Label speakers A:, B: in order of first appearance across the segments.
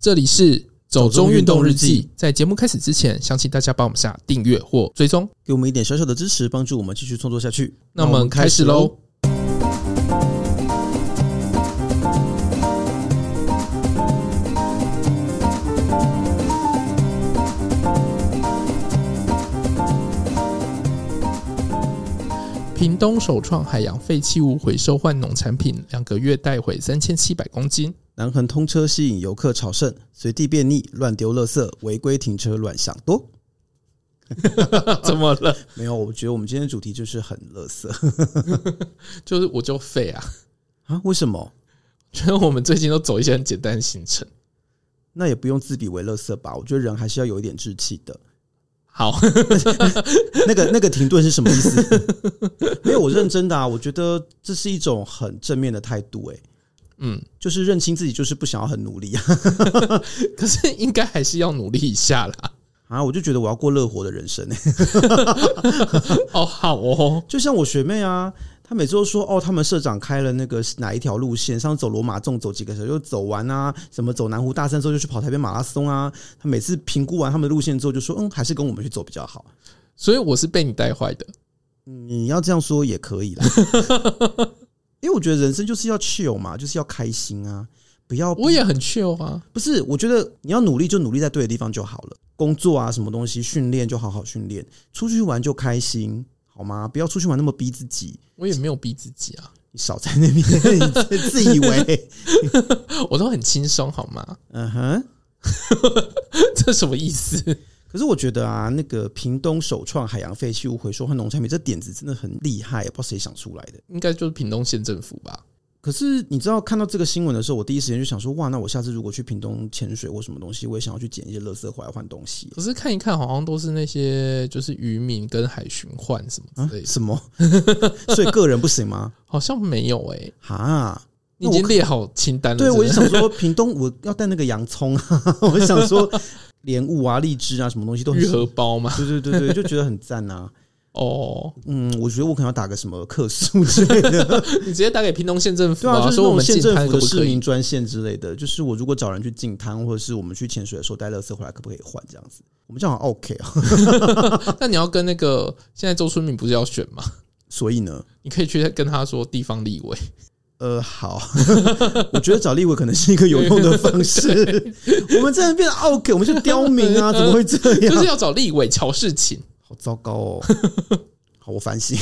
A: 这里是走
B: 中
A: 中运
B: 运
A: 动
B: 动
A: 日
B: 日
A: 记
B: 记。
A: 在节目开始之前，相信大家帮我们下订阅或追踪。
B: 给我们一点小小的支持，帮助我们继续创作下去。
A: 那我们开始喽。。屏东首创海洋废弃物回收换农产品，两个月带回三千七百公斤。
B: 南横通车吸引游客朝圣，随地便溺、乱丢垃圾、违规停车、乱想多。
A: 怎么了？
B: 没有，我觉得我们今天的主题就是很垃圾
A: 就是我就废啊！
B: 啊？为什么？
A: 觉得我们最近都走一些很简单的行程。
B: 那也不用自比为垃圾吧？我觉得人还是要有一点志气的。
A: 好，
B: 那个那个停顿是什么意思？ 没有，我认真的啊。我觉得这是一种很正面的态度、欸，
A: 嗯，
B: 就是认清自己，就是不想要很努力啊。
A: 可是应该还是要努力一下啦。
B: 啊，我就觉得我要过乐活的人生、欸，
A: 哦，好哦，
B: 就像我学妹啊，她每次都说哦，他们社长开了那个哪一条路线，上次走罗马纵走几个小时就走完啊，什么走南湖大山之后就去跑台北马拉松啊。她每次评估完他们的路线之后就说，嗯，还是跟我们去走比较好。
A: 所以我是被你带坏的。
B: 你要这样说也 可以啦，因为我觉得人生就是要 chill 嘛，就是要开心啊，不要
A: 我也很 chill 啊，
B: 不是，我觉得你要努力就努力在对的地方就好了。工作啊，什么东西训练就好好训练，出去玩就开心，好吗？不要出去玩那么逼自己，
A: 我也没有逼自己啊，
B: 你少在 那边你自自以为，
A: 我都很轻松，好吗？
B: 嗯哼。
A: 这什么意思？
B: 可是我觉得啊，那个屏东首创海洋废弃物回收和农产品这点子真的很厉害，不知道谁想出来的。
A: 应该就是屏东县政府吧？
B: 可是你知道看到这个新闻的时候，我第一时间就想说，哇，那我下次如果去屏东潜水或什么东西，我也想要去捡一些垃圾回来换东西
A: 可是看一看，好像都是那些就是渔民跟海巡换什么
B: 啊
A: 之类？的，
B: 什么？所以个人不行吗？
A: 好像没有哎、
B: 哈，
A: 你
B: 那
A: 已
B: 我
A: 经列好清单了
B: 对，
A: 是
B: 我
A: 不
B: 就是想说，屏东我要带那个洋葱 啊，我就想说莲雾啊、荔枝啊，什么东西都很
A: 愈。合包嘛。
B: 对对对对，就觉得很赞啊。
A: 哦，
B: 嗯，我觉得我可能要打个什么客诉之类 的，
A: 你直接打给屏东县政府
B: 对啊，就是那
A: 说我
B: 种
A: 们
B: 县
A: 进
B: 政
A: 摊
B: 府
A: 可
B: 的
A: 不
B: 市
A: 可以
B: 民？专线之类的。就是我如果找人去进摊，或者是我们去潜水的时候带垃圾回来，可不可以换这样子？我们这样好像 OK 啊。
A: 那你要跟那个现在周春明不是要选吗？
B: 所以呢，
A: 你可以去跟他说地方立 委，
B: 呃，好， 我觉得找立委可能是一个有用的 方式。我们真的变得 OK，我们是刁民啊，怎么会这样？
A: 就是要找立委乔事情。
B: 好糟糕哦！好，我 反省。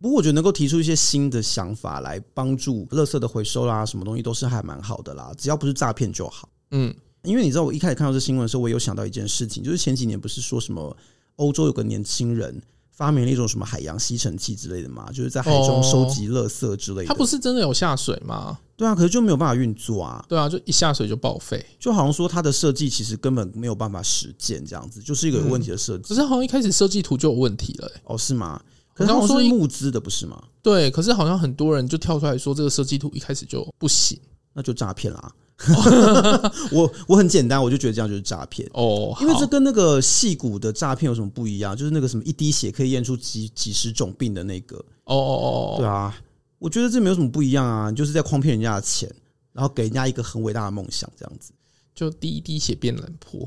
B: 不过我觉得能够提出一些新的想法来帮助垃圾的回收啦，什么东西都是还蛮好的啦，只要不是诈骗就好。
A: 嗯，
B: 因为你知道，我一开始看到这新闻的时候，我有想到一件事情，就是前几年不是说什么欧洲有个年轻人发明了一种什么海洋吸尘器之类的嘛，就是在海中收集垃圾之类的。
A: 哦他不是真的有下水吗？
B: 对啊，可是就没有办法运作啊，
A: 对啊，就一下水就报废。
B: 就好像说它的设计其实根本没有办法实践，这样子就是一个有问题的设计。
A: 可是好像一开始设计图就有问题了、欸。
B: 哦，是吗？可是
A: 好
B: 好
A: 像
B: 像
A: 说
B: 是
A: 一
B: 募资的，不是吗？
A: 对，可是好像很多人就跳出来说这个设计图一开始就不行。
B: 那就诈骗啦。 我我很简单，我就觉得这样就是诈骗，
A: 哦，
B: 因为这
A: 好
B: 跟那个戏骨的诈骗有什么不一样？就是那个什么一滴血可以验出几几十种病的那个，
A: 哦哦哦
B: 对啊，我觉得这没有什么不一样啊，你就是在诓骗人家的钱，然后给人家一个很伟大的梦想，这样子。
A: 就第一滴血变蓝坡，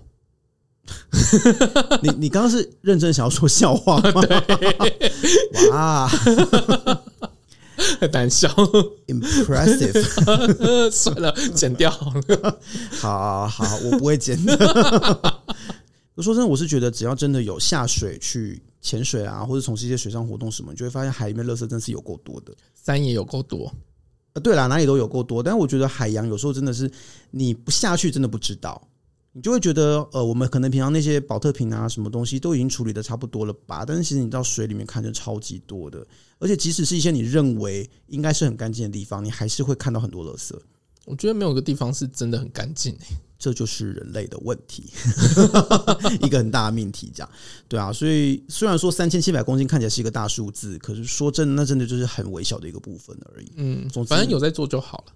B: 你你刚刚是认真想要说笑话 吗？哇
A: 很难笑。
B: ，impressive！
A: 算了，剪掉好了。
B: 好好，我不会剪的。我说真的，我是觉得只要真的有下水去潜水啊，或者从事一些水上活动什么，你就会发现海里面垃圾真的是有够多的。
A: 三也有够多，
B: 呃，对啦，哪里都有够多，但我觉得海洋有时候真的是你不下去真的不知道，你就会觉得呃，我们可能平常那些保特瓶啊什么东西都已经处理的差不多了吧，但是其实你到水里面看就超级多的，而且即使是一些你认为应该是很干净的地方，你还是会看到很多垃圾，
A: 我觉得没有一个地方是真的很干净、欸。
B: 这就是人类的问题， 一个很大的命题，这样对啊，所以虽然说三千七百公斤看起来是一个大数字，可是说真的，那真的就是很微小的一个部分而已。
A: 嗯，
B: 总之
A: 反正有在做就好了。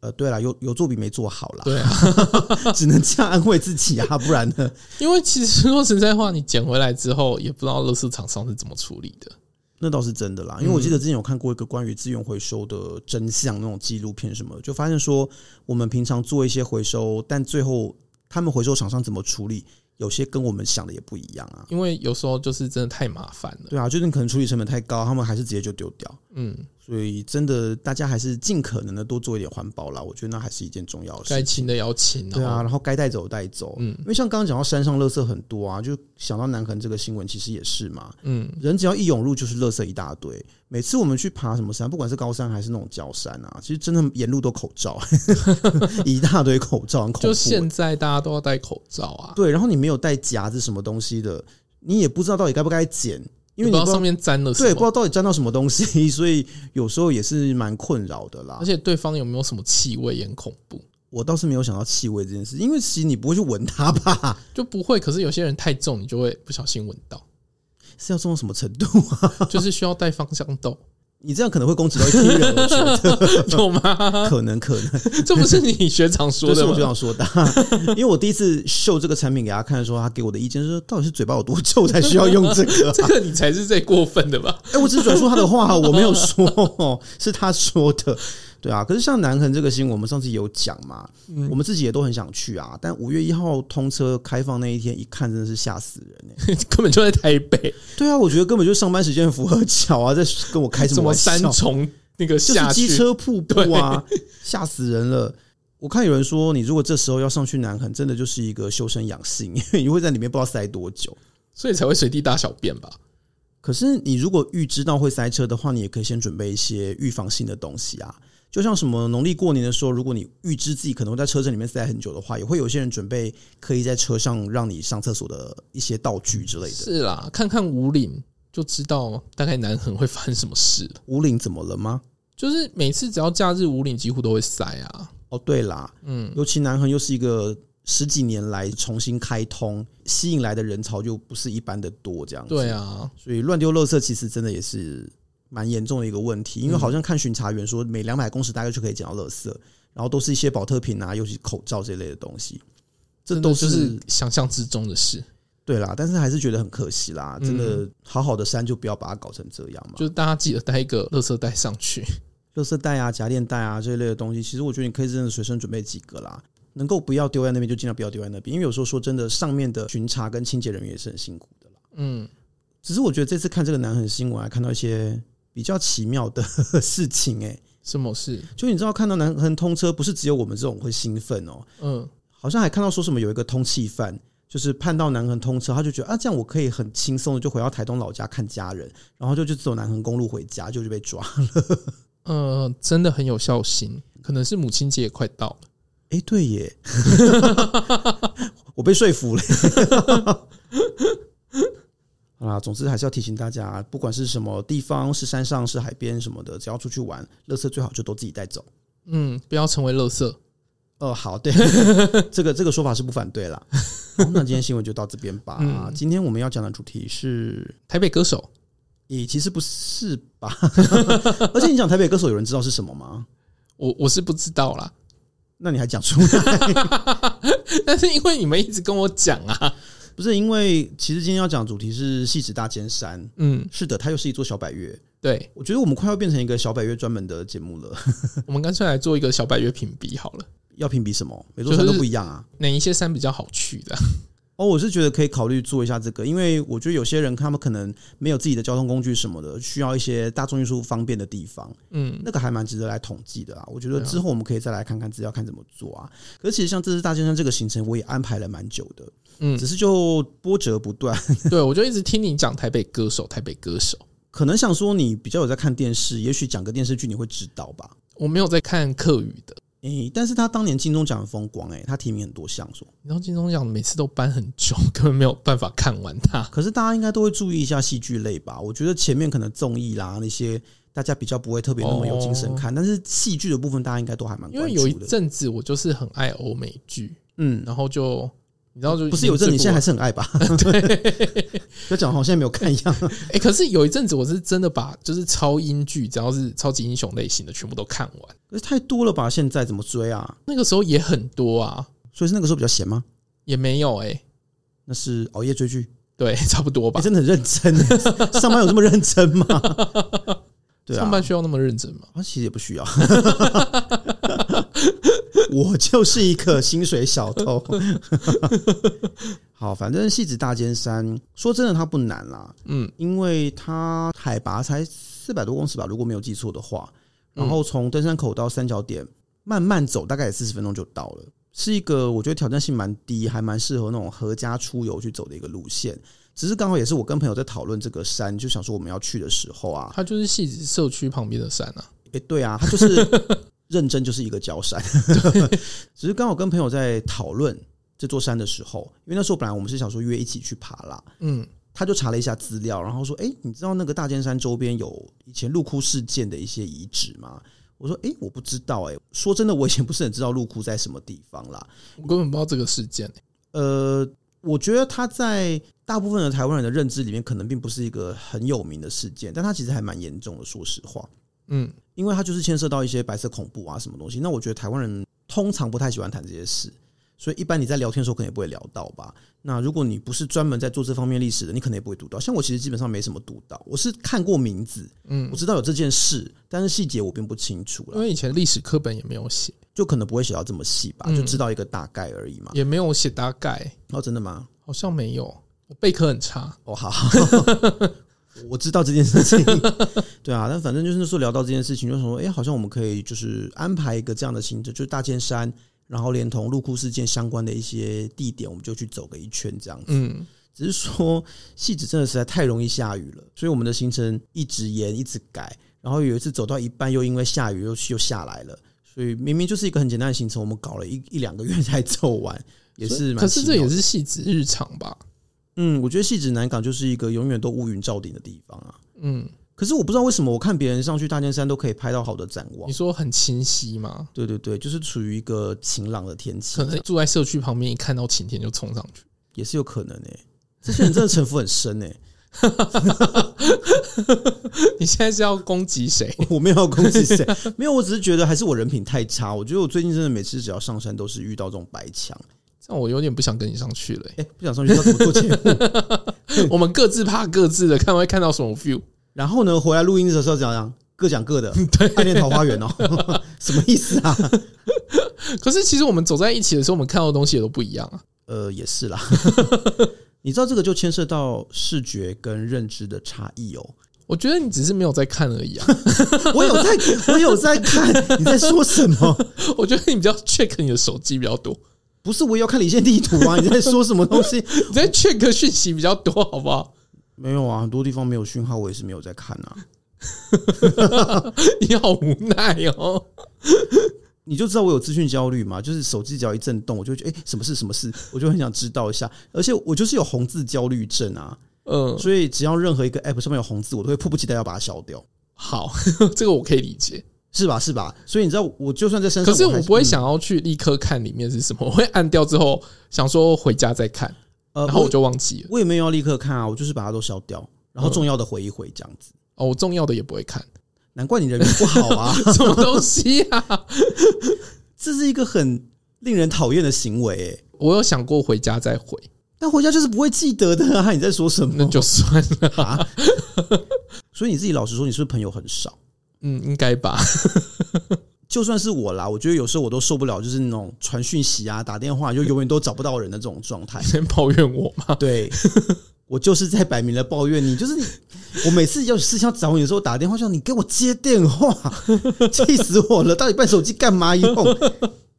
B: 呃，对啦，有有做比没做好啦。
A: 对啊，
B: 只能这样安慰自己啊，不然呢？
A: 因为其实说实在话，你捡回来之后也不知道垃圾厂商是怎么处理的。
B: 那倒是真的啦，因为我记得之前有看过一个关于资源回收的真相那种纪录片什么的，就发现说我们平常做一些回收，但最后他们回收厂商怎么处理，有些跟我们想的也不一样啊。
A: 因为有时候就是真的太麻烦了。
B: 对啊，就是你可能处理成本太高，他们还是直接就丢掉。
A: 嗯，
B: 所以真的，大家还是尽可能的多做一点环保啦。我觉得那还是一件重要的
A: 该
B: 事情。
A: 清的要清、
B: 对啊，
A: 然后，
B: 然后该带走带走。
A: 嗯
B: 因为像刚刚讲到山上垃圾很多啊，就想到南横这个新闻，其实也是嘛。
A: 嗯，
B: 人只要一涌入，就是垃圾一大堆。每次我们去爬什么山，不管是高山还是那种郊山啊，其实真的沿路都口罩， 一大堆口罩，很恐怖。
A: 就现在大家都要戴口罩啊，
B: 欸对，然后你没有带夹子什么东西的，你也不知道到底该不该捡，因
A: 也
B: 为你
A: 不知
B: 不
A: 道
B: 知道
A: 上面沾了什
B: 对，不知
A: 么，啊
B: 道到底沾到什么东西， 所以有时候也是蛮困扰的啦
A: 而。且对方有没有什么气味也很恐怖，
B: 我倒是没有想到气味这件事，因为其实你不会去闻它吧？
A: 就不会。可是有些人太重，你就会不小心闻 到，
B: 是要重到什么程度 啊？
A: 就是需要带芳香豆，
B: 你这样可能会攻击到一批人，我觉得
A: 有 吗？
B: 可能可能。
A: 这不是你学长说
B: 这是
A: 的
B: 我就
A: 吗？？
B: 想说的， 因为我第一次秀这个产品给他看的时候，他给我的意见是说，到底是嘴巴有多臭才需要用 这个、啊
A: 这个你才是最过分的吧？
B: 哎、我只是转述他的话，我没有说， 是他说的。对啊，可是像南横这个新闻，我们上次有讲嘛，我们自己也都很想去啊。但五月一号通车开放那一天，一看真的是吓死人哎、
A: 根本就在台北，
B: 对啊，我觉得根本就是上班时间符合巧啊，在跟我开什
A: 什
B: 么
A: 么
B: 玩笑
A: 三？重那个
B: 就是
A: 下去
B: 机，车瀑布啊，吓死人了。我看有人说，你如果这时候要上去南横，真的就是一个修身养性， 因为你会在里面不知道塞多久。
A: 所以才会随地大小便吧？
B: 可是你如果预知到会塞车的话，你也可以先准备一些预防性的东西啊，就像什么农历过年的时候，如果你预知自己可能会在车阵里面塞很久的话，也会有些人准备可以在车上让你上厕所的一些道具之类的。
A: 是啦，看看五岭就知道大概南横会发生什么事了。
B: 五岭怎么了吗？
A: 就是每次只要假日五岭几乎都会塞啊，
B: 哦，对啦，嗯，尤其南横又是一个十几年来重新开通，吸引来的人潮就不是一般的多，这样子。
A: 对，啊，
B: 所以乱丢垃圾其实真的也是蛮严重的一个问题，因
A: 嗯
B: 为好像看巡查员说，每两百公尺大概就可以捡到垃圾，然后都是一些保特瓶啊，尤其口罩这类的东西，这
A: 真的
B: 都
A: 就是想象之中的事，
B: 对啦，但是还是觉得很可惜啦，
A: 嗯
B: 真的好好的山就不要把它搞成这样嘛，
A: 就是大家记得带一个垃圾袋上去，
B: 垃圾袋啊、夹链袋啊这一类的东西，其实我觉得你可以真的随身准备几个啦，能够不要丢在那边就尽量不要丢在那边，因为有时候说真的，上面的巡查跟清洁人员也是很辛苦的啦。
A: 嗯，
B: 只是我觉得这次看这个南横新闻，还看到一些比较奇妙的 事情、欸，
A: 什么事？
B: 就你知道看到南横通车，不是只有我们这种会兴奋哦，
A: 嗯，
B: 好像还看到说什么有一个通气犯。就是盼到南横通车，他就觉得啊，这样我可以很轻松的就回到台东老家看家人，然后就就走南横公路回家，就就被抓。
A: 呃，真的很有孝心，可能是母亲节也快到了，
B: 哎、对耶， 我被说服了。 好啦，总之还是要提醒大家，啊不管是什么地方，是山上是海边什么的，只要出去玩，垃圾最好就都自己带走。
A: 嗯，不要成为垃圾，
B: 哦，好，对， 这个这个说法是不反对啦。好，那今天新闻就到这边吧。啊
A: 嗯
B: 今天我们要讲的主题是，
A: 台北歌手
B: 咦，其实不是吧？ 而且你讲台北歌手，有人知道是什么吗？
A: 我我是不知道啦，
B: 那你还讲出来？
A: 但是因为你们一直跟我讲啊，
B: 不是因为其实今天要讲的主题是戏子大尖山，
A: 嗯，
B: 是的，它又是一座小百越。
A: 对，
B: 我觉得我们快要变成一个小百越专门的节目了。
A: 我们干脆来做一个小百月评比好了，
B: 要评比什么？每座山都
A: 就是
B: 不一样啊。
A: 哪一些山比较好去 的？
B: 哦，我是觉得可以考虑做一下这个，因为我觉得有些人他们可能没有自己的交通工具什么的，需要一些大众运输方便的地方。
A: 嗯，
B: 那个还蛮值得来统计的啊。我觉得
A: 对啊
B: 之后我们可以再来看看资料，看怎么做啊。可是其实像这次大尖山这个行程，我也安排了蛮久的，
A: 嗯
B: 只是就波折不断。
A: 对，我就一直听你讲台北歌手，台北歌手。
B: 可能想说你比较有在看电视，也许讲个电视剧你会知道吧。
A: 我没有在看客语的，
B: 诶、但是他当年金钟奖很风光、诶，他提名很多项说，
A: 你知道金钟奖每次都搬很久， 根本没有办法看完它。
B: 可是大家应该都会注意一下戏剧类吧？我觉得前面可能综艺啦那些，大家比较不会特别那么有精神看，但是戏剧的部分大家应该都还蛮
A: 哦因
B: 关
A: 为有一
B: 注的。
A: 阵哦子我就是很爱欧美剧，
B: 嗯，
A: 然后就你知道就
B: 不是有阵，你现在还
A: 在
B: 是很爱吧？对， 不要讲好像现在没有看一样。
A: 哎、可是有一阵子我是真的把就是超英剧，只要是超级英雄类型的全部都看完。
B: 可是太多了吧？现在怎么追啊？
A: 那个时候也很多啊，
B: 所以是那个时候比较闲吗？
A: 也没有哎、
B: 那是熬夜追剧
A: 对，差不多
B: 你
A: 吧。
B: 真的很认真， 上班有这么认真吗？对啊，
A: 上班需要那么认真吗？
B: 啊，其实也不需要。 我就是一个薪水小偷。 好，反正戏子大尖山，说真的，它不难啦，
A: 嗯，
B: 因为它海拔才四百多公尺吧，如果没有记错的话。然后从登山口到三角点慢慢走，大概也四十分钟就到了。是一个我觉得挑战性蛮低，还蛮适合那种合家出游去走的一个路线。只是刚好也是我跟朋友在讨论这个山，就想说我们要去的时候啊，
A: 它就是戏子社区旁边的山啊。
B: 哎、对啊，他就是认真就是一个焦山， 只是刚好跟朋友在讨论这座山的时候，因为那时候本来我们是想说约一起去爬啦，
A: 嗯，
B: 他就查了一下资料，然后说：“哎、你知道那个大尖山周边有以前入窟事件的一些遗址吗？”我说：“哎、我不知道、哎，说真的，我以前不是很知道入窟在什么地方啦。
A: 我根本不知道这个事件、欸
B: 呃，我觉得它在大部分的台湾人的认知里面，可能并不是一个很有名的事件，但它其实还蛮严重的。说实话，
A: 嗯，
B: 因为它就是牵涉到一些白色恐怖啊什么东西。那我觉得台湾人通常不太喜欢谈这些事，所以一般你在聊天的时候可能也不会聊到吧。那如果你不是专门在做这方面历史的，你可能也不会读到。像我其实基本上没什么读到，我是看过名字，
A: 嗯
B: 我知道有这件事，但是细节我并不清楚
A: 因
B: 了，
A: 为以前历史课本也没有写，
B: 就可能不会写到这么细吧，
A: 嗯
B: 就知道一个大概而已嘛。
A: 也没有写大概，
B: 哦，真的吗？
A: 好像没有。我备课很差，
B: 哦，好， 我知道这件事情。 对啊，但反正就是说聊到这件事情，就想说，哎、好像我们可以就是安排一个这样的行程，就是大尖山，然后连同入库事件相关的一些地点，我们就去走个一圈这样子。
A: 嗯，
B: 只是说戏子真的实在太容易下雨了，所以我们的行程一直延，一直改。然后有一次走到一半，又因为下雨又又下来了，所以明明就是一个很简单的行程，我们搞了一一两个月才走完，也是蛮
A: 可是
B: 奇
A: 这
B: 妙
A: 也
B: 的
A: 是戏子日常吧？
B: 嗯，我觉得戏子南港就是一个永远都乌云罩顶的地方啊。
A: 嗯，
B: 可是我不知道为什么，我看别人上去大尖山都可以拍到好的展望
A: 你。说很清晰吗？
B: 对对对，就是处于一个晴朗的天气
A: 可，能住在社区旁边，一看到晴天就冲上去。
B: 也是有可能诶、这些人真的城府很深欸诶、
A: 你现在是要攻击谁？
B: 我没有要攻击谁，没有，我只是觉得还是我人品太差。我觉得我最近真的每次只要上山都是遇到这种白墙，
A: 这样我有点不想跟你上去了、欸
B: 哎、不想上去要怎么做节目？
A: 我们各自怕各自的，看会看到什么 view。
B: 然后呢，回来录音的时候怎样？各讲各的，对，暗恋桃花源哦， 什么意思啊？
A: 可是其实我们走在一起的时候，我们看到的东西也都不一样啊。
B: 呃，也是啦。 你知道这个就牵涉到视觉跟认知的差异哦。
A: 我觉得你只是没有在看而 已啊。
B: 我有在，我有在看，你在说什么？
A: 我觉得你比较 check 你的手机比较多，
B: 不是，我也要看离线地图啊！你在说什么东西？
A: 你在 check 讯息比较多，好不好？
B: 没有啊，很多地方没有讯号，我也是没有在看啊。
A: 你好无奈哦。
B: 你就知道我有资讯焦虑嘛，就是手机只要一震动，我就会觉得哎、诶什么事什么事，我就很想知道一下。而且我就是有红字焦虑症啊，
A: 嗯，
B: 所以只要任何一个 app 上面有红字，我都会迫不及待要把它消掉，
A: 好， 这个我可以理解。
B: 是吧？是吧？所以你知道，我就算在山上，
A: 可是我
B: 还
A: 不会、想要去立刻看里面是什么，我会按掉之后想说回家再看，
B: 嗯呃，
A: 然后我就忘记了。
B: 我也没有要立刻看啊，我就是把它都消掉，然后重要的回一回这样子。
A: 哦，我重要的也不会看，
B: 难怪你人缘不好啊，
A: 什么东西啊？
B: 这是一个很令人讨厌的行为、欸。
A: 我有想过回家再 回，
B: 但回家就是不会记得的啊！你在说什
A: 那
B: 么？
A: 就算了。
B: 啊？ 所以你自己老实说，你是不是朋友很少？
A: 嗯，应该吧。。
B: 就算是我啦，我觉得有时候我都受不了，就是那种传讯息啊、打电话就永远都找不到人的这种状态
A: 先抱怨我嘛。
B: 对，我就是在摆明了抱怨你，就是你。我每次要事情要找你的时候，打电话叫你给我接电话， 气死我了！到底办手机干嘛用？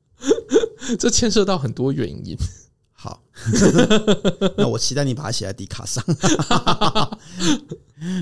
A: 这牵涉到很多原因。
B: 好， 那我期待你把它写在底卡上。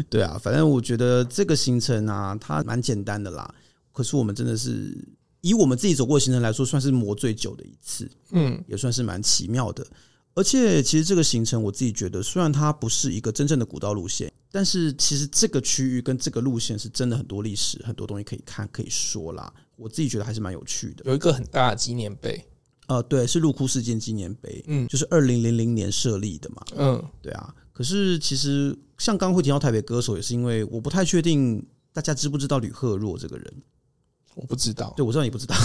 B: 对啊，反正我觉得这个行程啊，它蛮简单的啦。可是我们真的是以我们自己走过的行程来说，算是磨最久的一次，
A: 嗯，
B: 也算是蛮奇妙的。而且其实这个行程我自己觉得，虽然它不是一个真正的古道路线，但是其实这个区域跟这个路线是真的很多历史、很多东西可以看、可以说啦。我自己觉得还是蛮有趣的。
A: 有一个很大的纪念碑。
B: 呃，对，是入库事件纪念碑，
A: 嗯
B: 就是二零零零年设立的嘛。
A: 嗯，
B: 对啊，可是其实像刚刚会提到台北歌手，也是因为我不太确定大家知不知道吕赫若这个人。
A: 我不知道。
B: 对，我知道你不知道，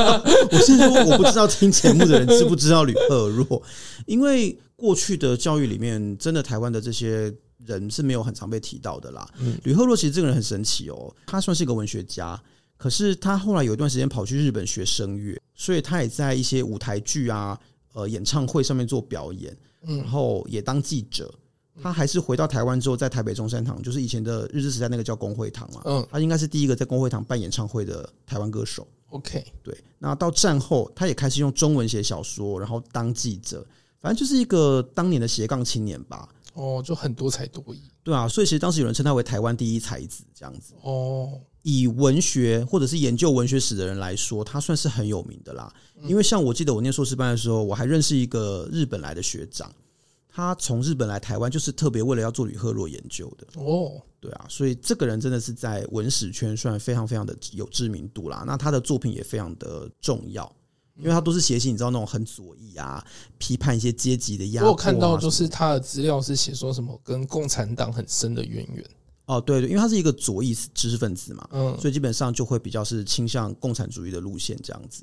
B: 我是说我不知道听节目的人知不知道吕赫若，因为过去的教育里面，真的台湾的这些人是没有很常被提到的啦。
A: 嗯
B: 吕赫若其实这个人很神奇哦，他算是一个文学家，可是他后来有一段时间跑去日本学声乐，所以他也在一些舞台剧啊、呃演唱会上面做表演，然
A: 嗯
B: 后也当记者。他还是回到台湾之后，在台北中山堂，就是以前的日治时代那个叫工会堂嘛，
A: 嗯
B: 他应该是第一个在工会堂办演唱会的台湾歌手。
A: ，OK，
B: 对，那到战后，他也开始用中文写小说，然后当记者，反正就是一个当年的斜杠青年吧。
A: 哦，就很多才多艺
B: 对啊，所以其实当时有人称他为台湾第一才子，这样子。
A: 哦，
B: 以文学或者是研究文学史的人来说，他算是很有名的啦。因为像我记得我念硕士班的时候，我还认识一个日本来的学长，他从日本来台湾就是特别为了要做吕赫若研究的。
A: 哦，
B: 对啊，所以这个人真的是在文史圈算非常非常的有知名度啦。那他的作品也非常的重要，因为他都是写一些你知道那种很左翼啊，批判一些阶级的压
A: 我
B: 迫、啊。
A: 有看到就
B: 什
A: 是
B: 么
A: 他的资料是写说什么跟共产党很深的渊源，
B: 哦，对对，因为他是一个左翼知识分子嘛，
A: 嗯，
B: 所以基本上就会比较是倾向共产主义的路线这样子。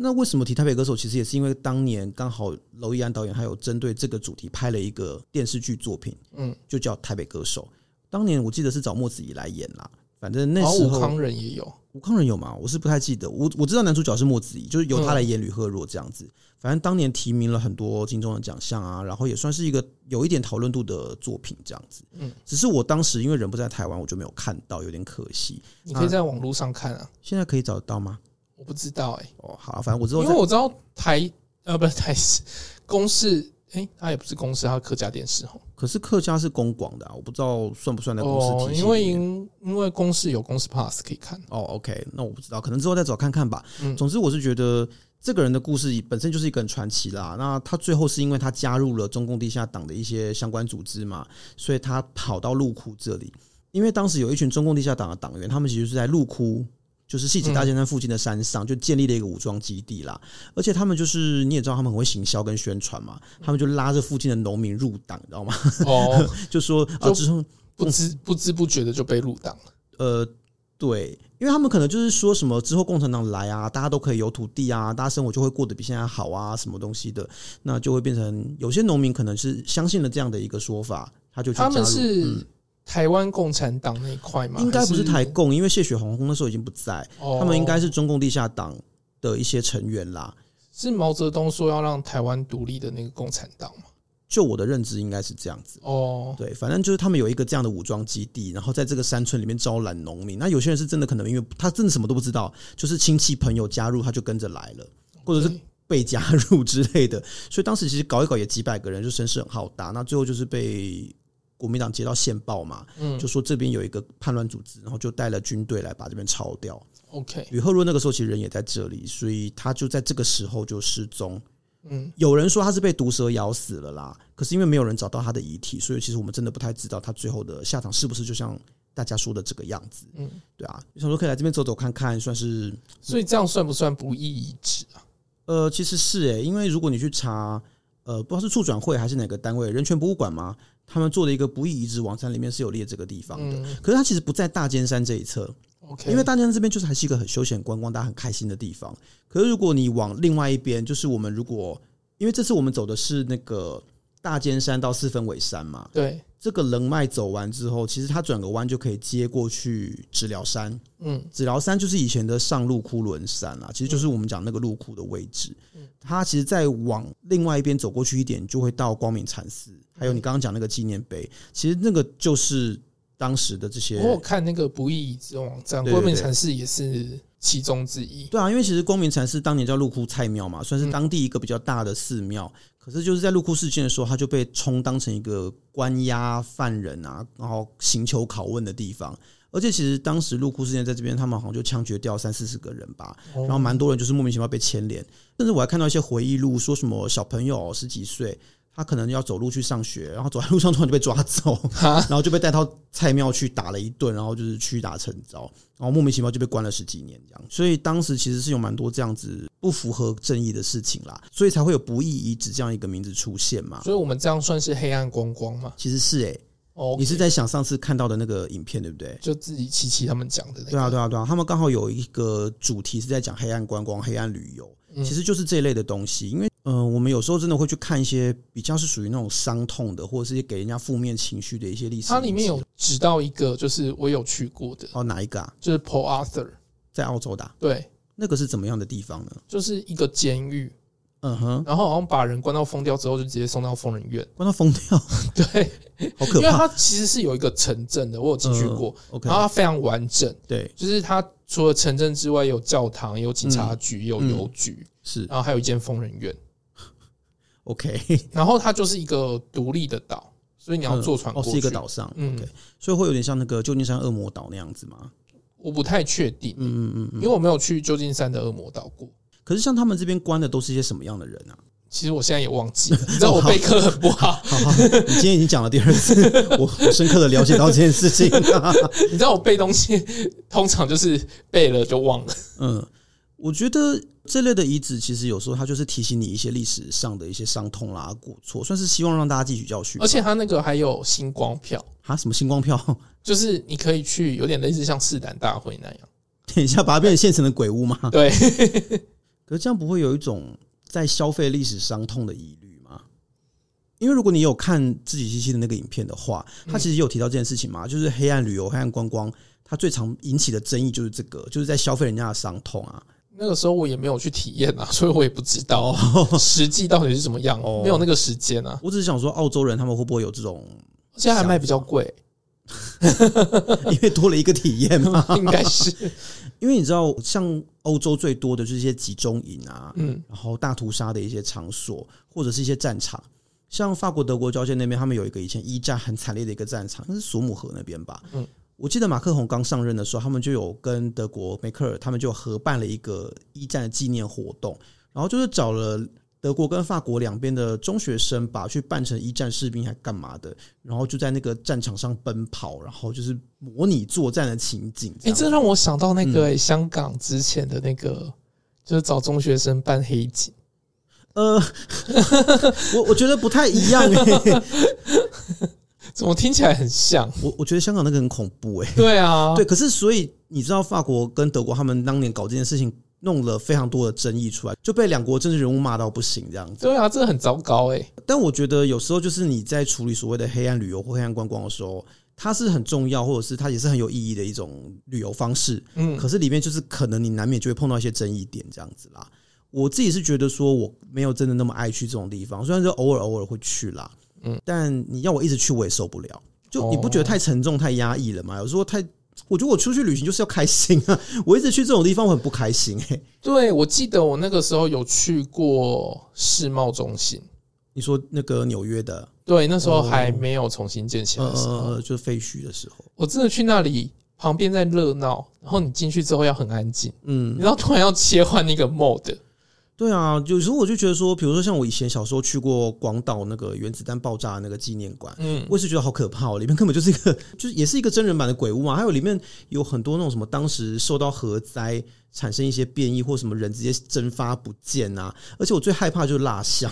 B: 那为什么提台北歌手？其实也是因为当年刚好娄艺安导演他有针对这个主题拍了一个电视剧作品，
A: 嗯，
B: 就叫《台北歌手》。当年我记得是找莫子仪来演啦，反正那
A: 然后
B: 时
A: 哦武
B: 候
A: 康人也有，
B: 吴康仁有吗？我是不太记得，我我知道男主角是莫子仪，就是由他来
A: 嗯
B: 演吕赫若这样子。反正当年提名了很多金钟的奖项啊，然后也算是一个有一点讨论度的作品这样子。
A: 嗯，
B: 只是我当时因为人不在台湾，我就没有看到，有点可惜。
A: 你可以在网络上看啊，
B: 现在可以找得到吗？
A: 我不知道哎、
B: 哦，好，反正我之后
A: 因为
B: 再
A: 我知道台呃不是台视公视，哎、它也不是公视，它是客家电视哦。
B: 可是客家是公广的、啊，我不知道算不算在公司
A: 哦，
B: 体系
A: 因为
B: 里面。
A: 因因为公视有公视 Pass 可以看，
B: 哦，OK，那我不知道，可能之后再找看看吧。
A: 嗯
B: 总之，我是觉得这个人的故事本身就是一个很传奇啦。那他最后是因为他加入了中共地下党的一些相关组织嘛，所以他跑到陆库这里。因为当时有一群中共地下党的党员，他们其实是在陆库，就是西子大尖山附近的山上，就建立了一个武装基地啦。而且他们就是你也知道，他们很会行销跟宣传嘛，他们就拉着附近的农民入党，你知道吗？
A: 哦，
B: 就说啊，
A: 就
B: 之后
A: 不知不知不觉的就被入党了。
B: 呃，对，因为他们可能就是说什么之后共产党来啊，大家都可以有土地啊，大家生活就会过得比现在好啊，什么东西的，那就会变成有些农民可能是相信了这样的一个说法，他就去
A: 他
B: 加
A: 们
B: 入。嗯
A: 是台湾共产党那一块吗？
B: 应该不是
A: 还
B: 台，共，因为谢雪红那时候已经不在，
A: 哦
B: 他们应该是中共地下党的一些成员啦。
A: 是毛泽东说要让台湾独立的那个共产党嘛。
B: 就我的认知，应该是这样子。
A: 哦，
B: 对，反正就是他们有一个这样的武装基地，然后在这个山村里面招揽农民。那有些人是真的可能因为他真的什么都不知道，就是亲戚朋友加入，他就跟着来了，或者是
A: 对
B: 被加入 之类的，所以当时其实搞一搞也几百个人，就声势很浩大。那最后就是被国民党接到线报嘛，
A: 嗯
B: 就说这边有一个叛乱组织，然后就带了军队来把这边抄掉。
A: ，OK，
B: 吕赫若那个时候其实人也在这里，所以他就在这个时候就失踪。
A: 嗯，
B: 有人说他是被毒蛇咬死了啦，可是因为没有人找到他的遗体，所以其实我们真的不太知道他最后的下场是不是就像大家说的这个样子。
A: 嗯
B: 嗯，对啊，就想说可以来这边走走看看，算是
A: 所以这样算不算不义遗址啊？
B: 呃，其实是诶、因为如果你去查，呃，不知道是处转会还是哪个单位，人权博物馆嘛，他们做的一个不义遗址网站里面是有列这个地方的。
A: 嗯
B: 可是它其实不在大尖山这一侧，
A: ，OK，
B: 因为大尖山这边就是还是一个很休闲观光、大家很开心的地方。可是如果你往另外一边，就是我们如果因为这次我们走的是那个大尖山到四分尾山嘛，
A: 对，
B: 这个人脉走完之后，其实它转个弯就可以接过去治疗山。
A: 嗯
B: 紫寮山就是以前的上路窟仑山啊啦，其实就是我们讲那个路窟的位置。它其实再往另外一边走过去一点，就会到光明禅寺，还有你刚刚讲那个纪念碑，其实那个就是当时的这些
A: 我。有看那个不义遗址网站，
B: 对对
A: 郭明
B: 对
A: 禅寺也是其中之一。
B: 对啊，因为其实光明禅寺当年叫路窟菜庙嘛，算是当地一个比较大的寺庙。可是就是在路窟事件的时候，它就被充当成一个关押犯人啊，然后刑求拷问的地方。而且其实当时路窟事件在这边，他们好像就枪决掉三四十个人吧。然
A: 哦
B: 后蛮多人就是莫名其妙被牵连，甚至我还看到一些回忆录，说什么小朋友十几岁，他可能要走路去上学，然后走在路上突然就被抓走，
A: 哈，
B: 然后就被带到菜庙去打了一顿，然后就是屈打成招，然后莫名其妙就被关了十几年这样。所以当时其实是有蛮多这样子不符合正义的事情啦，所以才会有不义遗址这样一个名字出现嘛。
A: 所以我们这样算是黑暗光光嘛？
B: 其实是诶、
A: 哦，
B: 你是在想上次看到的那个影片对不对？
A: 就自己琪琪他们讲的那个，
B: 对啊，对啊，对啊，他们刚好有一个主题是在讲黑暗观光、黑暗旅游，
A: 嗯
B: 其实就是这一类的东西。因为嗯、呃，我们有时候真的会去看一些比较是属于那种伤痛的，或者是给人家负面情绪的一些历史。
A: 它里面有指到一个，就是我有去过的，
B: 哦，哪一个啊？
A: 就是 Paul Arthur，
B: 在澳洲的啊、
A: 对，
B: 那个是怎么样的地方呢？
A: 就是一个监狱，
B: 嗯 哼，
A: 然后好像把人关到疯掉之后，就直接送到疯人院。
B: 关到疯掉，
A: 对，
B: 好可
A: 因为它
B: 怕。
A: 其实是有一个城镇的，我有进去过，
B: 呃 OK，
A: 然后它非常完整，
B: 对，
A: 就是它除了城镇之外，有教堂、有警察
B: 嗯
A: 局、有邮局，
B: 是
A: 然后还有一间疯人院。
B: OK。
A: 然后它就是一个独立的岛，所以你要坐船
B: 哦，
A: 过去。
B: 是一个岛上，
A: 嗯
B: OK 所以会有点像那个旧金山恶魔岛那样子嘛。
A: 我不太确定，
B: 嗯嗯嗯
A: 因
B: 嗯。
A: 为我没有去旧金山的恶魔岛过。
B: 可是像他们这边关的都是一些什么样的人啊？
A: 其实我现在也忘 记了，你知道我备课很不好，
B: 好好，你今天已经讲了第二次，我我深刻的了解到这件事情、
A: 你知道我背东西通常就是背了就忘了。
B: 嗯，我觉得这类的遗址其实有时候它就是提醒你一些历史上的一些伤痛啦、过错，算是希望让大家汲取教训吧。
A: 而且它那个还有星光票，
B: 啊，什么星光票，
A: 就是你可以去，有点类似像试胆大会那样。
B: 等一下把它变成现成的鬼屋嘛？
A: 对，
B: 可是这样不会有一种在消费历史伤痛的疑虑吗？因为如果你有看自己七七的那个影片的话，他其实有提到这件事情嘛，就是黑暗旅游、黑暗观光，它最常引起的争议就是这个，就是在消费人家的伤痛啊。
A: 那个时候我也没有去体验啊， 所以我也不知道实际到底是怎么样，
B: 哦
A: 没有那个时间啊，
B: 我只是想说，澳洲人他们会不会有这种，
A: 而且还卖比较贵，
B: 因为多了一个体验嘛？
A: 应该 是，
B: 因为你知道，像欧洲最多的就是一些集中营啊，
A: 嗯，
B: 然后大屠杀的一些场所，或者是一些战场。像法国、德国交界那边，他们有一个以前一战很惨烈的一个战场，那是索姆河那边吧？
A: 嗯，
B: 我记得马克宏刚上任的时候，他们就有跟德国梅克尔他们就合办了一个一战的纪念活动，然后就是找了德国跟法国两边的中学生吧，去扮成一战士兵还干嘛的，然后就在那个战场上奔跑，然后就是模拟作战的情景这
A: 哎、
B: 样子。
A: 这让我想到那个、欸香港之前的那个，就是找中学生扮黑警，
B: 呃， 我我觉得不太一样哎、
A: 怎么听起来很像？
B: 我我觉得香港那个很恐怖哎、
A: 对啊，
B: 对，可是所以你知道法国跟德国他们当年搞这件事情，弄了非常多的争议出来，就被两国政治人物骂到不行这样子。
A: 对啊，这很糟糕哎、
B: 但我觉得有时候就是你在处理所谓的黑暗旅游或黑暗观光的时候，它是很重要，或者是它也是很有意义的一种旅游方式。
A: 嗯，
B: 可是里面就是可能你难免就会碰到一些争议点这样子啦。我自己是觉得说我没有真的那么爱去这种地方，虽然说偶尔偶尔会去啦，
A: 嗯
B: 嗯，但你要我一直去我也受不了。就你不
A: 哦
B: 觉得太沉重、太压抑了吗？有时候太，我觉得我出去旅行就是要开心啊， 我一直去这种地方我很不开心哎、
A: 对，我记得我那个时候有去过世贸中心，
B: 你说那个纽约的，
A: 对，那时候
B: 哦
A: 还没有重新建起来的时候，
B: 呃，就是废墟的时候，
A: 我真的去那里。旁边在热闹，然后你进去之后要很安静，
B: 嗯
A: 你，知道突然要切换那个 mode，
B: 对啊，有时候我就觉得说，比如说像我以前小时候去过广岛那个原子弹爆炸的那个纪念馆，
A: 嗯，
B: 我也是觉得好可怕哦，里面根本就是一个，就是也是一个真人版的鬼屋嘛。还有里面有很多那种什么当时受到核灾产生一些变异，或什么人直接蒸发不见啊。而且我最害怕就是蜡像，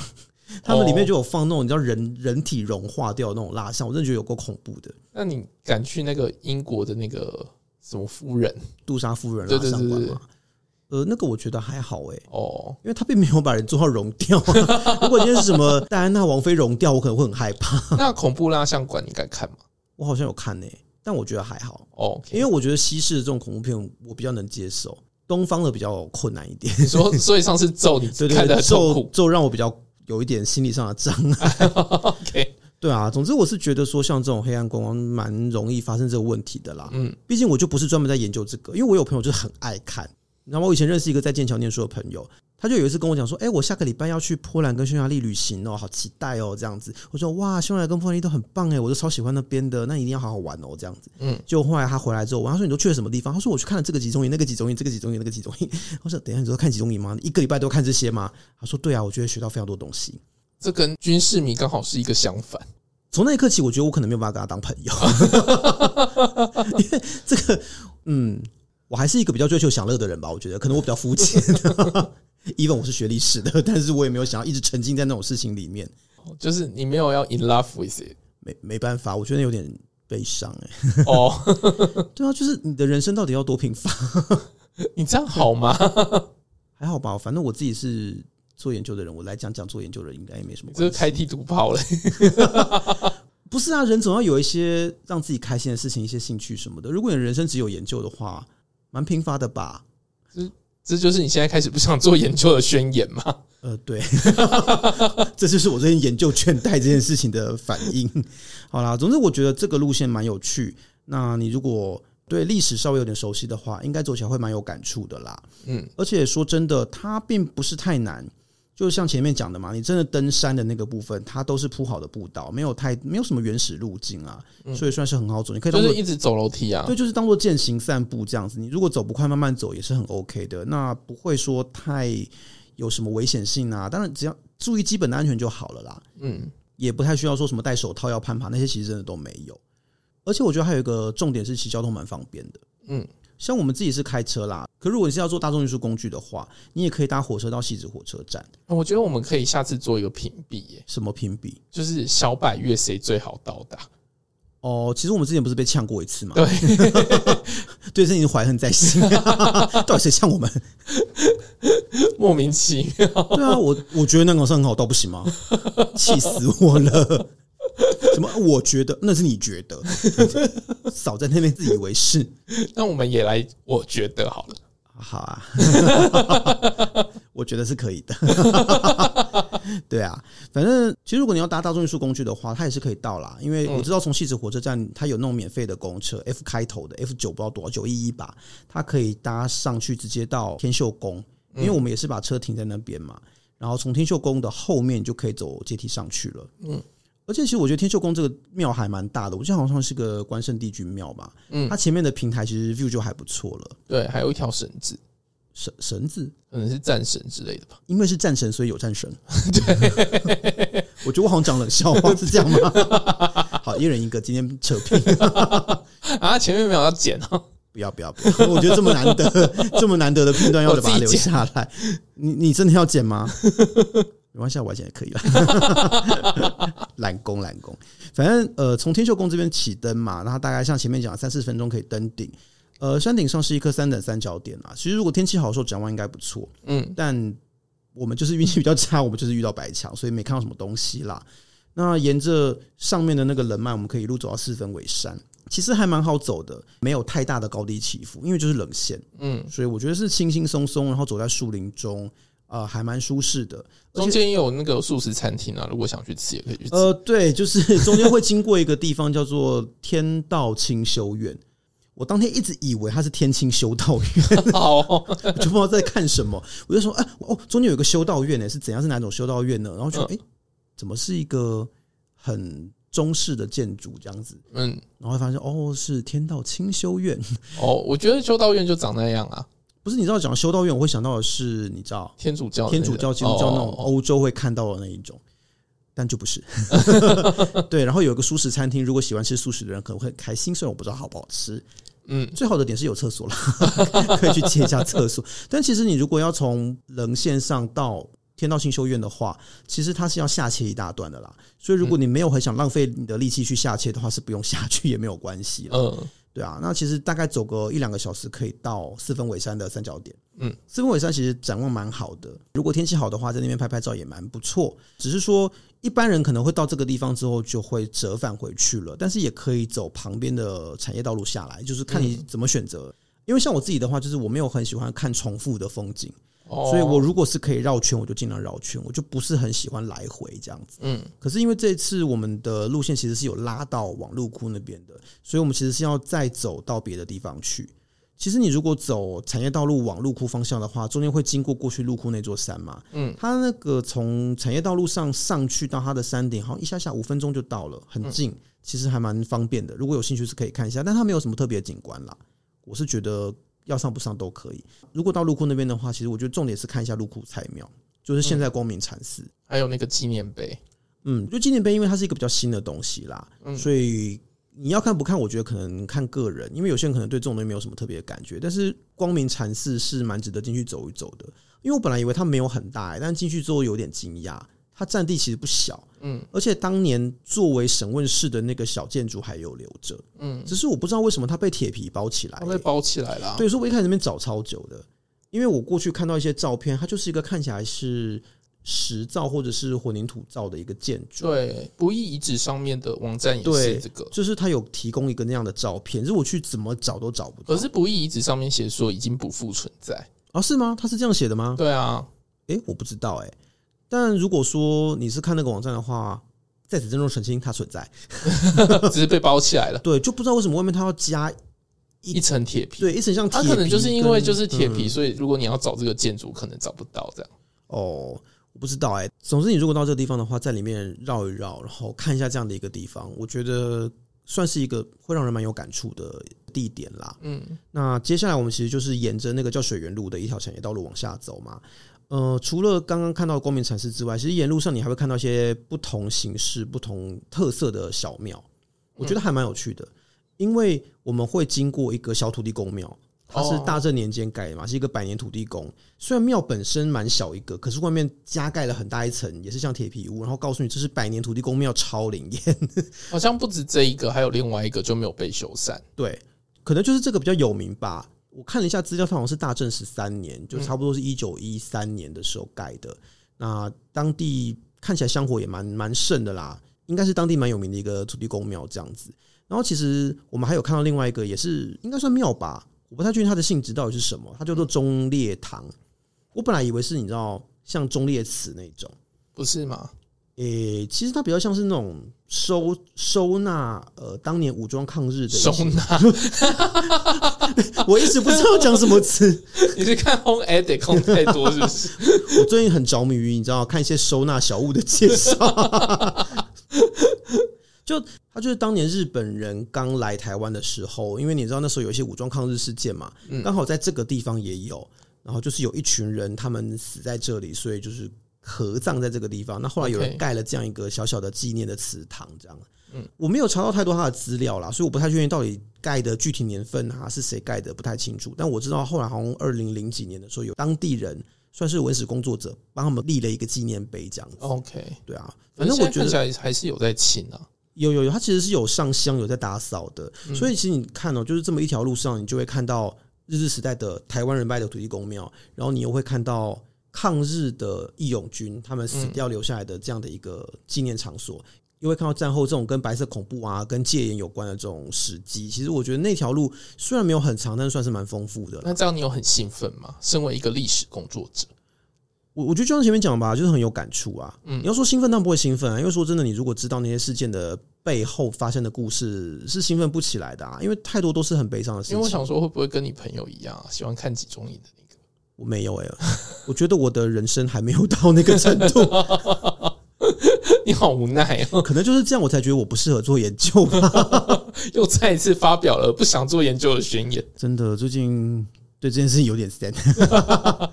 B: 他们里
A: 哦
B: 面就有放那种你知道人人体融化掉的那种蜡像，我真的觉得有够恐怖的。
A: 那你敢去那个英国的那个什么夫人
B: 杜莎夫人
A: 对
B: 蜡
A: 对
B: 像馆嘛，
A: 对对
B: 呃，那个我觉得还好诶、
A: 哦？
B: 因为他并没有把人做到融掉、啊。如果今天是什么戴安娜王妃融掉，我可能会很害怕。
A: 那恐怖蜡像馆你敢看吗？
B: 我好像有看呢、但我觉得还好，
A: 哦，
B: 因为我觉得西式的这种恐怖片我比较能接受，东方的比较困难一点。
A: 你说，所以上次揍你
B: 对
A: 看得
B: 对
A: 很
B: 对，
A: 痛
B: 咒
A: 苦。
B: 咒让我比较有一点心理上的障碍。
A: OK，
B: 对啊，总之我是觉得说像这种黑暗观光蛮容易发生这个问题的啦。
A: 嗯，
B: 毕竟我就不是专门在研究这个，因为我有朋友就是很爱看。你知道吗？我以前认识一个在剑桥念书的朋友，他就有一次跟我讲说：“哎、我下个礼拜要去波兰跟匈牙利旅行哦，好期待哦！”这样子，我说：“哇，匈牙利跟波兰都很棒哎，我都超喜欢那边的，那一定要好好玩哦。”这样子，
A: 嗯
B: 嗯，就后来他回来之后，我问他说：“你都去了什么地方？”他说：“我去看了这个集中营，那个集中营，这个集中营，那个集中营。”我说：“等一下，你都看集中营吗？你一个礼拜都看这些吗？”他说：“对啊，我觉得学到非常多东西。”
A: 这跟军事迷刚好是一个相反。
B: 从那一刻起，我觉得我可能没有办法跟他当朋友， 因为这个，嗯，我还是一个比较追求享乐的人吧。我觉得可能我比较肤浅，even 我是学历史的，但是我也没有想要一直沉浸在那种事情里面，
A: 就是你没有要 in love with it
B: 没没办法，我觉得有点悲伤哎、
A: 哦，
B: 对啊，就是你的人生到底要 多平凡？
A: 你这样好吗？
B: 还好吧，反正我自己是做研究的人，我来讲讲做研究的人应该也没什么
A: 这
B: 关
A: 是
B: 系。
A: 开地图炮了。
B: 不是啊，人总要有一些让自己开心的事情，一些兴趣什么的。如果你人生只有研究的话，蛮贫乏的吧？
A: 这就是你现在开始不想做研究的宣言吗？
B: 呃，对， 这就是我最近研究倦怠这件事情的反应。 好啦，总之我觉得这个路线蛮有趣。那你如果对历史稍微有点熟悉的话，应该走起来会蛮有感触的啦。
A: 嗯，
B: 而且说真的，它并不是太难。就像前面讲的嘛，你真的登山的那个部分，它都是铺好的步道，没有太没有什么原始路径啊，所以算是很好走。你可以
A: 嗯
B: 当
A: 就
B: 做
A: 是一直走楼梯啊
B: 对，。就是当做践行散步这样子。你如果走不快，慢慢走也是很 OK 的，那不会说太有什么危险性啊。当然，只要注意基本的安全就好了啦，
A: 嗯，
B: 也不太需要说什么戴手套要攀爬那些，其实真的都没有。而且我觉得还有一个重点是，其实交通蛮方便的。
A: 嗯，
B: 像我们自己是开车啦，可如果你是要坐大众运输工具的话，你也可以搭火车到西子火车站。
A: 我觉得我们可以下次做一个评比耶，
B: 什么评比？
A: 就是小百越谁最好到达？
B: 哦，其实我们之前不是被呛过一次 嘛？
A: 对，
B: 对，这已经怀恨在心。 到底谁呛我们？
A: 莫名其妙。
B: 对啊，我我觉得那个是很好到不行吗？气死我了！什么？我觉得那是你觉得，少在那边自以为是。
A: 那我们也来，我觉得好了。
B: 好啊， 我觉得是可以的。 对啊，反正其实如果你要搭大众运输工具的话，它也是可以到啦。因为我知道从汐止火车站，它有那种免费的公车，F 开头的 F 九不知道多少九一一吧，它可以搭上去直接到天秀宫，因为我们也是把车停在那边嘛。然后从天秀宫的后面就可以走阶梯上去了。嗯，而且其实我觉得天秀宫这个庙还蛮大的，我记得好像是个关圣帝君庙吧。
A: 嗯
B: 嗯，它前面的平台其实 view 就还不错了。
A: 对，还有一条绳子，
B: 绳绳子，
A: 可能是战神之类的吧。
B: 因为是战神，所以有战神。对，我觉得我好像讲冷笑话，是这样吗？好，一人一个，今天扯平，
A: 啊，前面没有要剪啊。
B: 不要不要不要！我觉得这么难 得，这么难得的片段要
A: 我自
B: 把
A: 己
B: 它留
A: 剪
B: 下来。你你真的要剪吗？没关系啊，我还剪也可以了。 懒工懒工，反正呃，从天秀宫这边起登嘛，然后大概像前面讲的三四十分钟可以登顶。呃，山顶上是一颗三等三角点啊，其实如果天气好的时候展望应该不错。
A: 嗯，
B: 但我们就是运气比较差，我们就是遇到白墙，所以没看到什么东西啦。那沿着上面的那个人脉，我们可以一路走到四分尾山，其实还蛮好走的，没有太大的高低起伏，因为就是冷线，
A: 嗯，
B: 所以我觉得是轻轻松松，然后走在树林中，呃，还蛮舒适的。而且
A: 中间也有那个素食餐厅啊，如果想去吃也可以去吃。
B: 呃，对，就是 中间会经过一个地方叫做天道清修院，我当天一直以为它是天清修道院。
A: 好哦，
B: 我就不知道在看什么。我就说，哎、哦，中间有一个修道院呢，是怎样？是哪种修道院呢？然后就，
A: 嗯
B: 哎、怎么是一个很中式的建筑这样子？
A: 嗯，
B: 然后发现，哦，是天道清修院。
A: 哦，我觉得修道院就长那样啊，
B: 不是，你知道讲修道院，我会想到的是，你知道
A: 天主教的那
B: 天
A: 个、
B: 主教、基督教那种
A: 哦哦哦哦
B: 欧洲会看到的那一种。但就不 是，对。然后有一个素食餐厅，如果喜欢吃素食的人可能会很开心，虽然我不知道好不好吃，
A: 嗯，
B: 最好的点是有厕所了， 可以去借一下厕所。 但其实你如果要从棱线上到天道新修院的话，其实它是要下切一大段的啦。所以如果你没有很想浪费你的力气去下切的话，是不用下去也没有关系了。
A: 嗯，
B: 对啊，那其实大概走个一两个小时可以到四分尾山的三角点。
A: 嗯，
B: 四分尾山其实展望蛮好的，如果天气好的话，在那边拍拍照也蛮不错。只是说一般人可能会到这个地方之后就会折返回去了，但是也可以走旁边的产业道路下来，就是看你怎么选择。因为像我自己的话，就是我没有很喜欢看重复的风景，
A: 哦，
B: 所以我如果是可以绕圈，我就尽量绕圈，我就不是很喜欢来回这样子。
A: 嗯，
B: 可是因为这次我们的路线其实是有拉到往路窟那边的，所以我们其实是要再走到别的地方去。其实你如果走产业道路往路窟方向的话，中间会经过过去路窟那座山嘛。
A: 嗯，
B: 它那个从产业道路上上去到它的山顶，好像一下下五分钟就到了，很近，
A: 嗯
B: 其实还蛮方便的。如果有兴趣是可以看一下，但它没有什么特别的景观啦。我是觉得要上不上都可以。如果到路窟那边的话，其实我觉得重点是看一下路窟菜庙，就是现在光明禅寺。
A: 还有那个纪念碑，
B: 嗯，就纪念碑，因为它是一个比较新的东西啦，所以你要看不看，我觉得可能看个人，因为有些人可能对这种东西没有什么特别的感觉。但是光明禅寺是蛮值得进去走一走的，因为我本来以为它没有很大、欸，但进去之后有点惊讶，它占地其实不小，
A: 嗯，
B: 而且当年作为审问室的那个小建筑还有留着，
A: 嗯，
B: 只是我不知道为什么它被铁皮包起来、
A: 它被
B: 欸，
A: 包起来了、啊。
B: 对，所以我一开始那边找超久的，因为我过去看到一些照片，它就是一个看起来是石造或者是混凝土造的一个建筑。
A: 对，不义遗址上面的网站也
B: 对
A: 是这个，
B: 就是它有提供一个那样的照片，可是我去怎么找都找不到。
A: 可是不义遗址上面写说已经不复存在。
B: 啊，是吗？它是这样写的吗？
A: 对啊，
B: 诶，我不知道诶。但如果说你是看那个网站的话，在此郑重澄清，它存在。
A: 只是被包起来了
B: 对，就不知道为什么外面它要加
A: 一层铁皮。
B: 对一层像铁
A: 它
B: 皮跟，
A: 可能就是因为就是铁皮，
B: 嗯
A: 所以如果你要找这个建筑，可能找不到这样。
B: 哦，我不知道哎、总之，你如果到这个地方的话，在里面绕一绕，然后看一下这样的一个地方，我觉得算是一个会让人蛮有感触的地点啦。
A: 嗯，
B: 那接下来我们其实就是沿着那个叫水源路的一条产业道路往下走嘛。呃，除了刚刚看到的光明禅寺之外，其实沿路上你还会看到一些不同形式、不同特色的小庙，
A: 嗯
B: 我觉得还蛮有趣的。因为我们会经过一个小土地公庙，它是
A: 哦
B: 大正年间盖的嘛，是一个百年土地公。虽然庙本身蛮小一个，可是外面加盖了很大一层，也是像铁皮屋，然后告诉你这是百年土地公庙，超灵验。
A: 好像不止这一个，还有另外一个就没有被修缮。
B: 对，可能就是这个比较有名吧。我看了一下资料，它好像是大正十三年，
A: 嗯
B: 就差不多是一九一三年的时候盖的。那当地看起来香火也蛮蛮盛的啦，应该是当地蛮有名的一个土地公庙这样子。然后其实我们还有看到另外一个，也是应该算庙吧，我不太确定它的性质到底是什么，它叫做忠烈堂。我本来以为是你知道像忠烈祠那种，
A: 不是吗？
B: 诶、其实它比较像是那种收收纳呃当年武装抗日的一些
A: 收纳，
B: 我一直不知道讲什么词。
A: 你是看 Home Edit 空太多是不是？
B: 我最近很着迷于你知道看一些收纳小物的介 绍。就他就是当年日本人刚来台湾的时候，因为你知道那时候有一些武装抗日事件嘛，刚好在这个地方也有，然后就是有一群人他们死在这里，所以就是合葬在这个地方。那后来有人
A: OK
B: 盖了这样一个小小的纪念的祠堂，这样。我没有查到太多他的资料啦，所以我不太确定到底盖的具体年份啊是谁盖的，不太清楚。但我知道后来好像二零零几年的时候，有当地人算是文史工作者帮他们立了一个纪念碑，这样子。
A: OK，
B: 对啊，
A: 反
B: 反
A: 正
B: 正
A: 我
B: 我
A: 觉
B: 觉
A: 得
B: 得
A: 还还是有在清啊。
B: 有有有，他其实是有上香，有在打扫的。所以其实你看哦、就是这么一条路上，你就会看到日治时代的台湾人拜的土地公庙，然后你又会看到。抗日的义勇军，他们死掉留下来的这样的一个纪念场所，又会看到战后这种跟白色恐怖啊、跟戒严有关的这种史迹。其实我觉得那条路虽然没有很长，但是算是蛮丰富的啦。
A: 那这样你有很兴奋吗？身为一个历史工作者，
B: 我我觉得就像前面讲吧，就是很有感触啊。
A: 嗯
B: 你要说兴奋，当然不会兴奋啊，因为说真的，你如果知道那些事件的背后发生的故事，是兴奋不起来的啊，因为太多都是很悲伤的事
A: 因
B: 情。
A: 为我想说，会不会跟你朋友一样、啊，喜欢看集中营的那个？
B: 我没有哎、我觉得我的人生还没有到那个程 度，
A: 你好无奈哦，
B: 可能就是这样，我才觉得我不适合做研究吧。
A: 又再一次发表了不想做研究的宣言。
B: 真的，最近对这件事情有点 sad。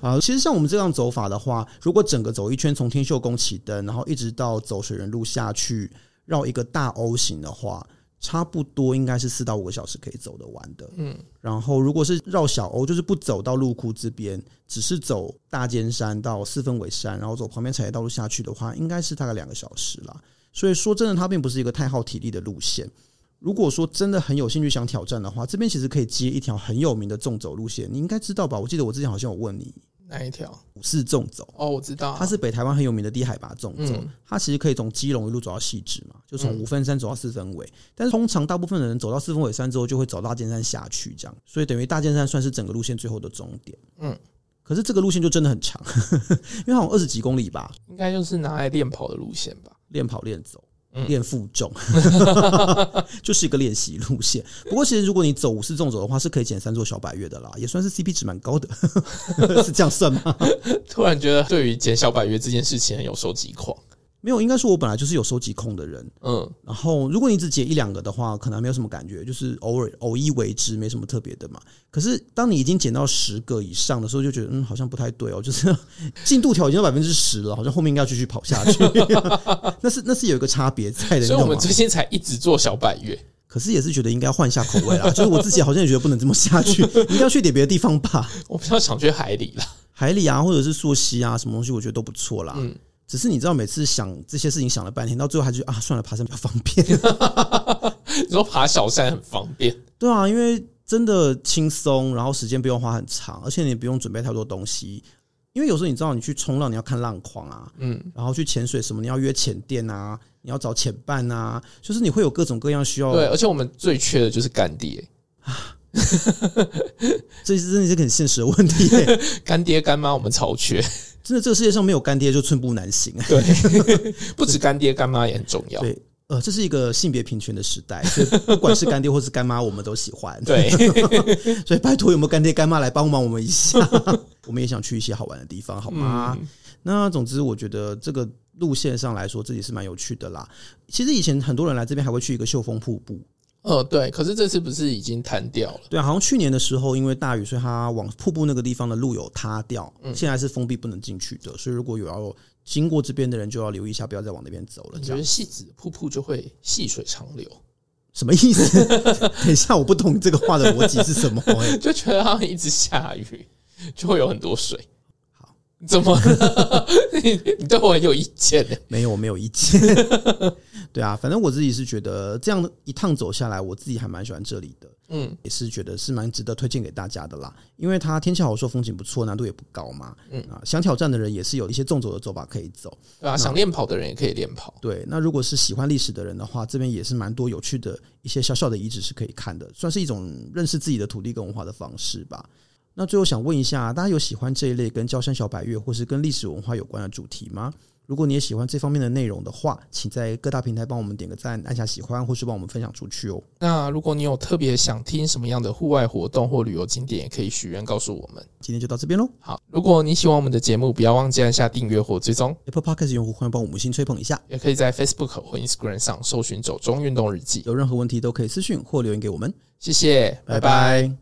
B: 啊，其实像我们这样走法的话，如果整个走一圈，从天秀宫起灯，然后一直到走水源路下去，绕一个大 O 型的话，差不多应该是四到五个小时可以走得完的。
A: 嗯，
B: 然后如果是绕小欧，就是不走到路库这边，只是走大尖山到四分尾山，然后走旁边产业道路下去的话，应该是大概两个小时啦。所以说真的，它并不是一个太耗体力的路线。如果说真的很有兴趣想挑战的话，这边其实可以接一条很有名的纵走路线，你应该知道吧？我记得我之前好像有问你
A: 哪一条？
B: 五四纵走，
A: 哦，我知道啊，
B: 它是北台湾很有名的低海拔纵走，
A: 嗯
B: 它其实可以从基隆一路走到细致嘛，就从
A: 嗯
B: 五分山走到四分尾。但是通常大部分的人走到四分尾山之后，就会走大尖山下去，这样，所以等于大尖山算是整个路线最后的终点。
A: 嗯，
B: 可是这个路线就真的很长， 因为好像二十几公里吧，
A: 应该就是拿来练跑的路线吧？
B: 练跑练走。
A: 嗯
B: 练负 重， 就是一个练习路线。不过，其实如果你走五四纵走的话，是可以减三座小百月的啦，也算是 CP 值蛮高的， 是这样算吗？
A: 突然觉得对于减小百约这件事情很有收集狂。
B: 没有，应该说我本来就是有收集控的人，
A: 嗯，
B: 然后，如果你只解一两个的话，可能还没有什么感觉，就是偶尔偶一为之，没什么特别的嘛。可是，当你已经减到十个以上的时候，就觉得嗯，好像不太对哦，就是进度条已经到百分之十了，好像后面应该要继续跑下去。 那是那是有一个差别在的，你
A: 所以我
B: 懂
A: 们
B: 吗？
A: 最近才一直做小百约。
B: 可是也是觉得应该换一下口味啦， 就是我自己好像也觉得不能这么下 去，应该要去点别的地方吧，
A: 我比较想去海里啦。
B: 海里啊，或者是溯溪啊，什么东西，我觉得都不错啦。
A: 嗯，
B: 只是你知道，每次想这些事情想了半天，到最后还是觉得啊，算了，爬山比较方便。
A: 你说爬小山很方便，
B: 对啊，因为真的轻松，然后时间不用花很长，而且你不用准备太多东西。因为有时候你知道，你去冲浪你要看浪况啊，
A: 嗯，
B: 然后去潜水什么，你要约潜店啊，你要找潜伴啊，就是你会有各种各样需要。
A: 对，，而且我们最缺的就是干爹，
B: 这是真的是很现实的问题、 欸
A: 干爹干妈我们超缺，
B: 真的，这个世界上没有干爹就寸步难行、啊
A: 对， 不止干爹干妈也很重要，
B: 对，呃，这是一个性别平权的时代，所以不管是干爹或是干妈，我们都喜欢。，
A: 对，
B: 所以拜托有没有干爹干妈来帮忙我们一下， 我们也想去一些好玩的地方，好吗？
A: 嗯
B: 那总之，我觉得这个路线上来说，这也是蛮有趣的啦。其实以前很多人来这边还会去一个秀峰瀑布，
A: 呃，对，可是这次不是已经弹掉了？
B: 对啊，好像去年的时候因为大雨，所以它往瀑布那个地方的路有塌掉，
A: 嗯
B: 现在是封闭不能进去的，所以如果有要经过这边的人，就要留意一下，不要再往那边走了。
A: 你
B: 这
A: 觉
B: 样
A: 得戏子瀑布就会细水长流，
B: 什么意思？ 等一下，我不懂这个话的逻辑是什么、欸
A: 就觉得好像一直下雨，就会有很多水。
B: 好，
A: 怎么了？ 你你对我很有意见欸呢？
B: 没有，我没有意见。对啊，反正我自己是觉得这样一趟走下来，我自己还蛮喜欢这里的。
A: 嗯，
B: 也是觉得是蛮值得推荐给大家的啦，因为它天气好的时候风景不错，难度也不高嘛。嗯啊，想挑战的人也是有一些纵走的走法可以走。
A: 对啊，想练跑的人也可以练跑。
B: 对，那如果是喜欢历史的人的话，这边也是蛮多有趣的一些小小的遗址是可以看的，算是一种认识自己的土地跟文化的方式吧。那最后想问一下，大家有喜欢这一类跟焦山小百月或是跟历史文化有关的主题吗？如果你也喜欢这方面的内容的话，请在各大平台帮我们点个赞，按下喜欢，或是帮我们分享出去哦。
A: 那如果你有特别想听什么样的户外活动或旅游景点，也可以许愿告诉我们。
B: 今天就到这边喽
A: 好，如果你喜欢我们的节目，不要忘记按下订阅或追踪，
B: ，Apple Podcast 用户欢迎帮我们五星吹捧一下。
A: 也可以在 Facebook 或 Instagram 上搜寻“走中运动日记
B: 有任何问题都可以私讯或留言给我们。”。
A: 谢谢，拜拜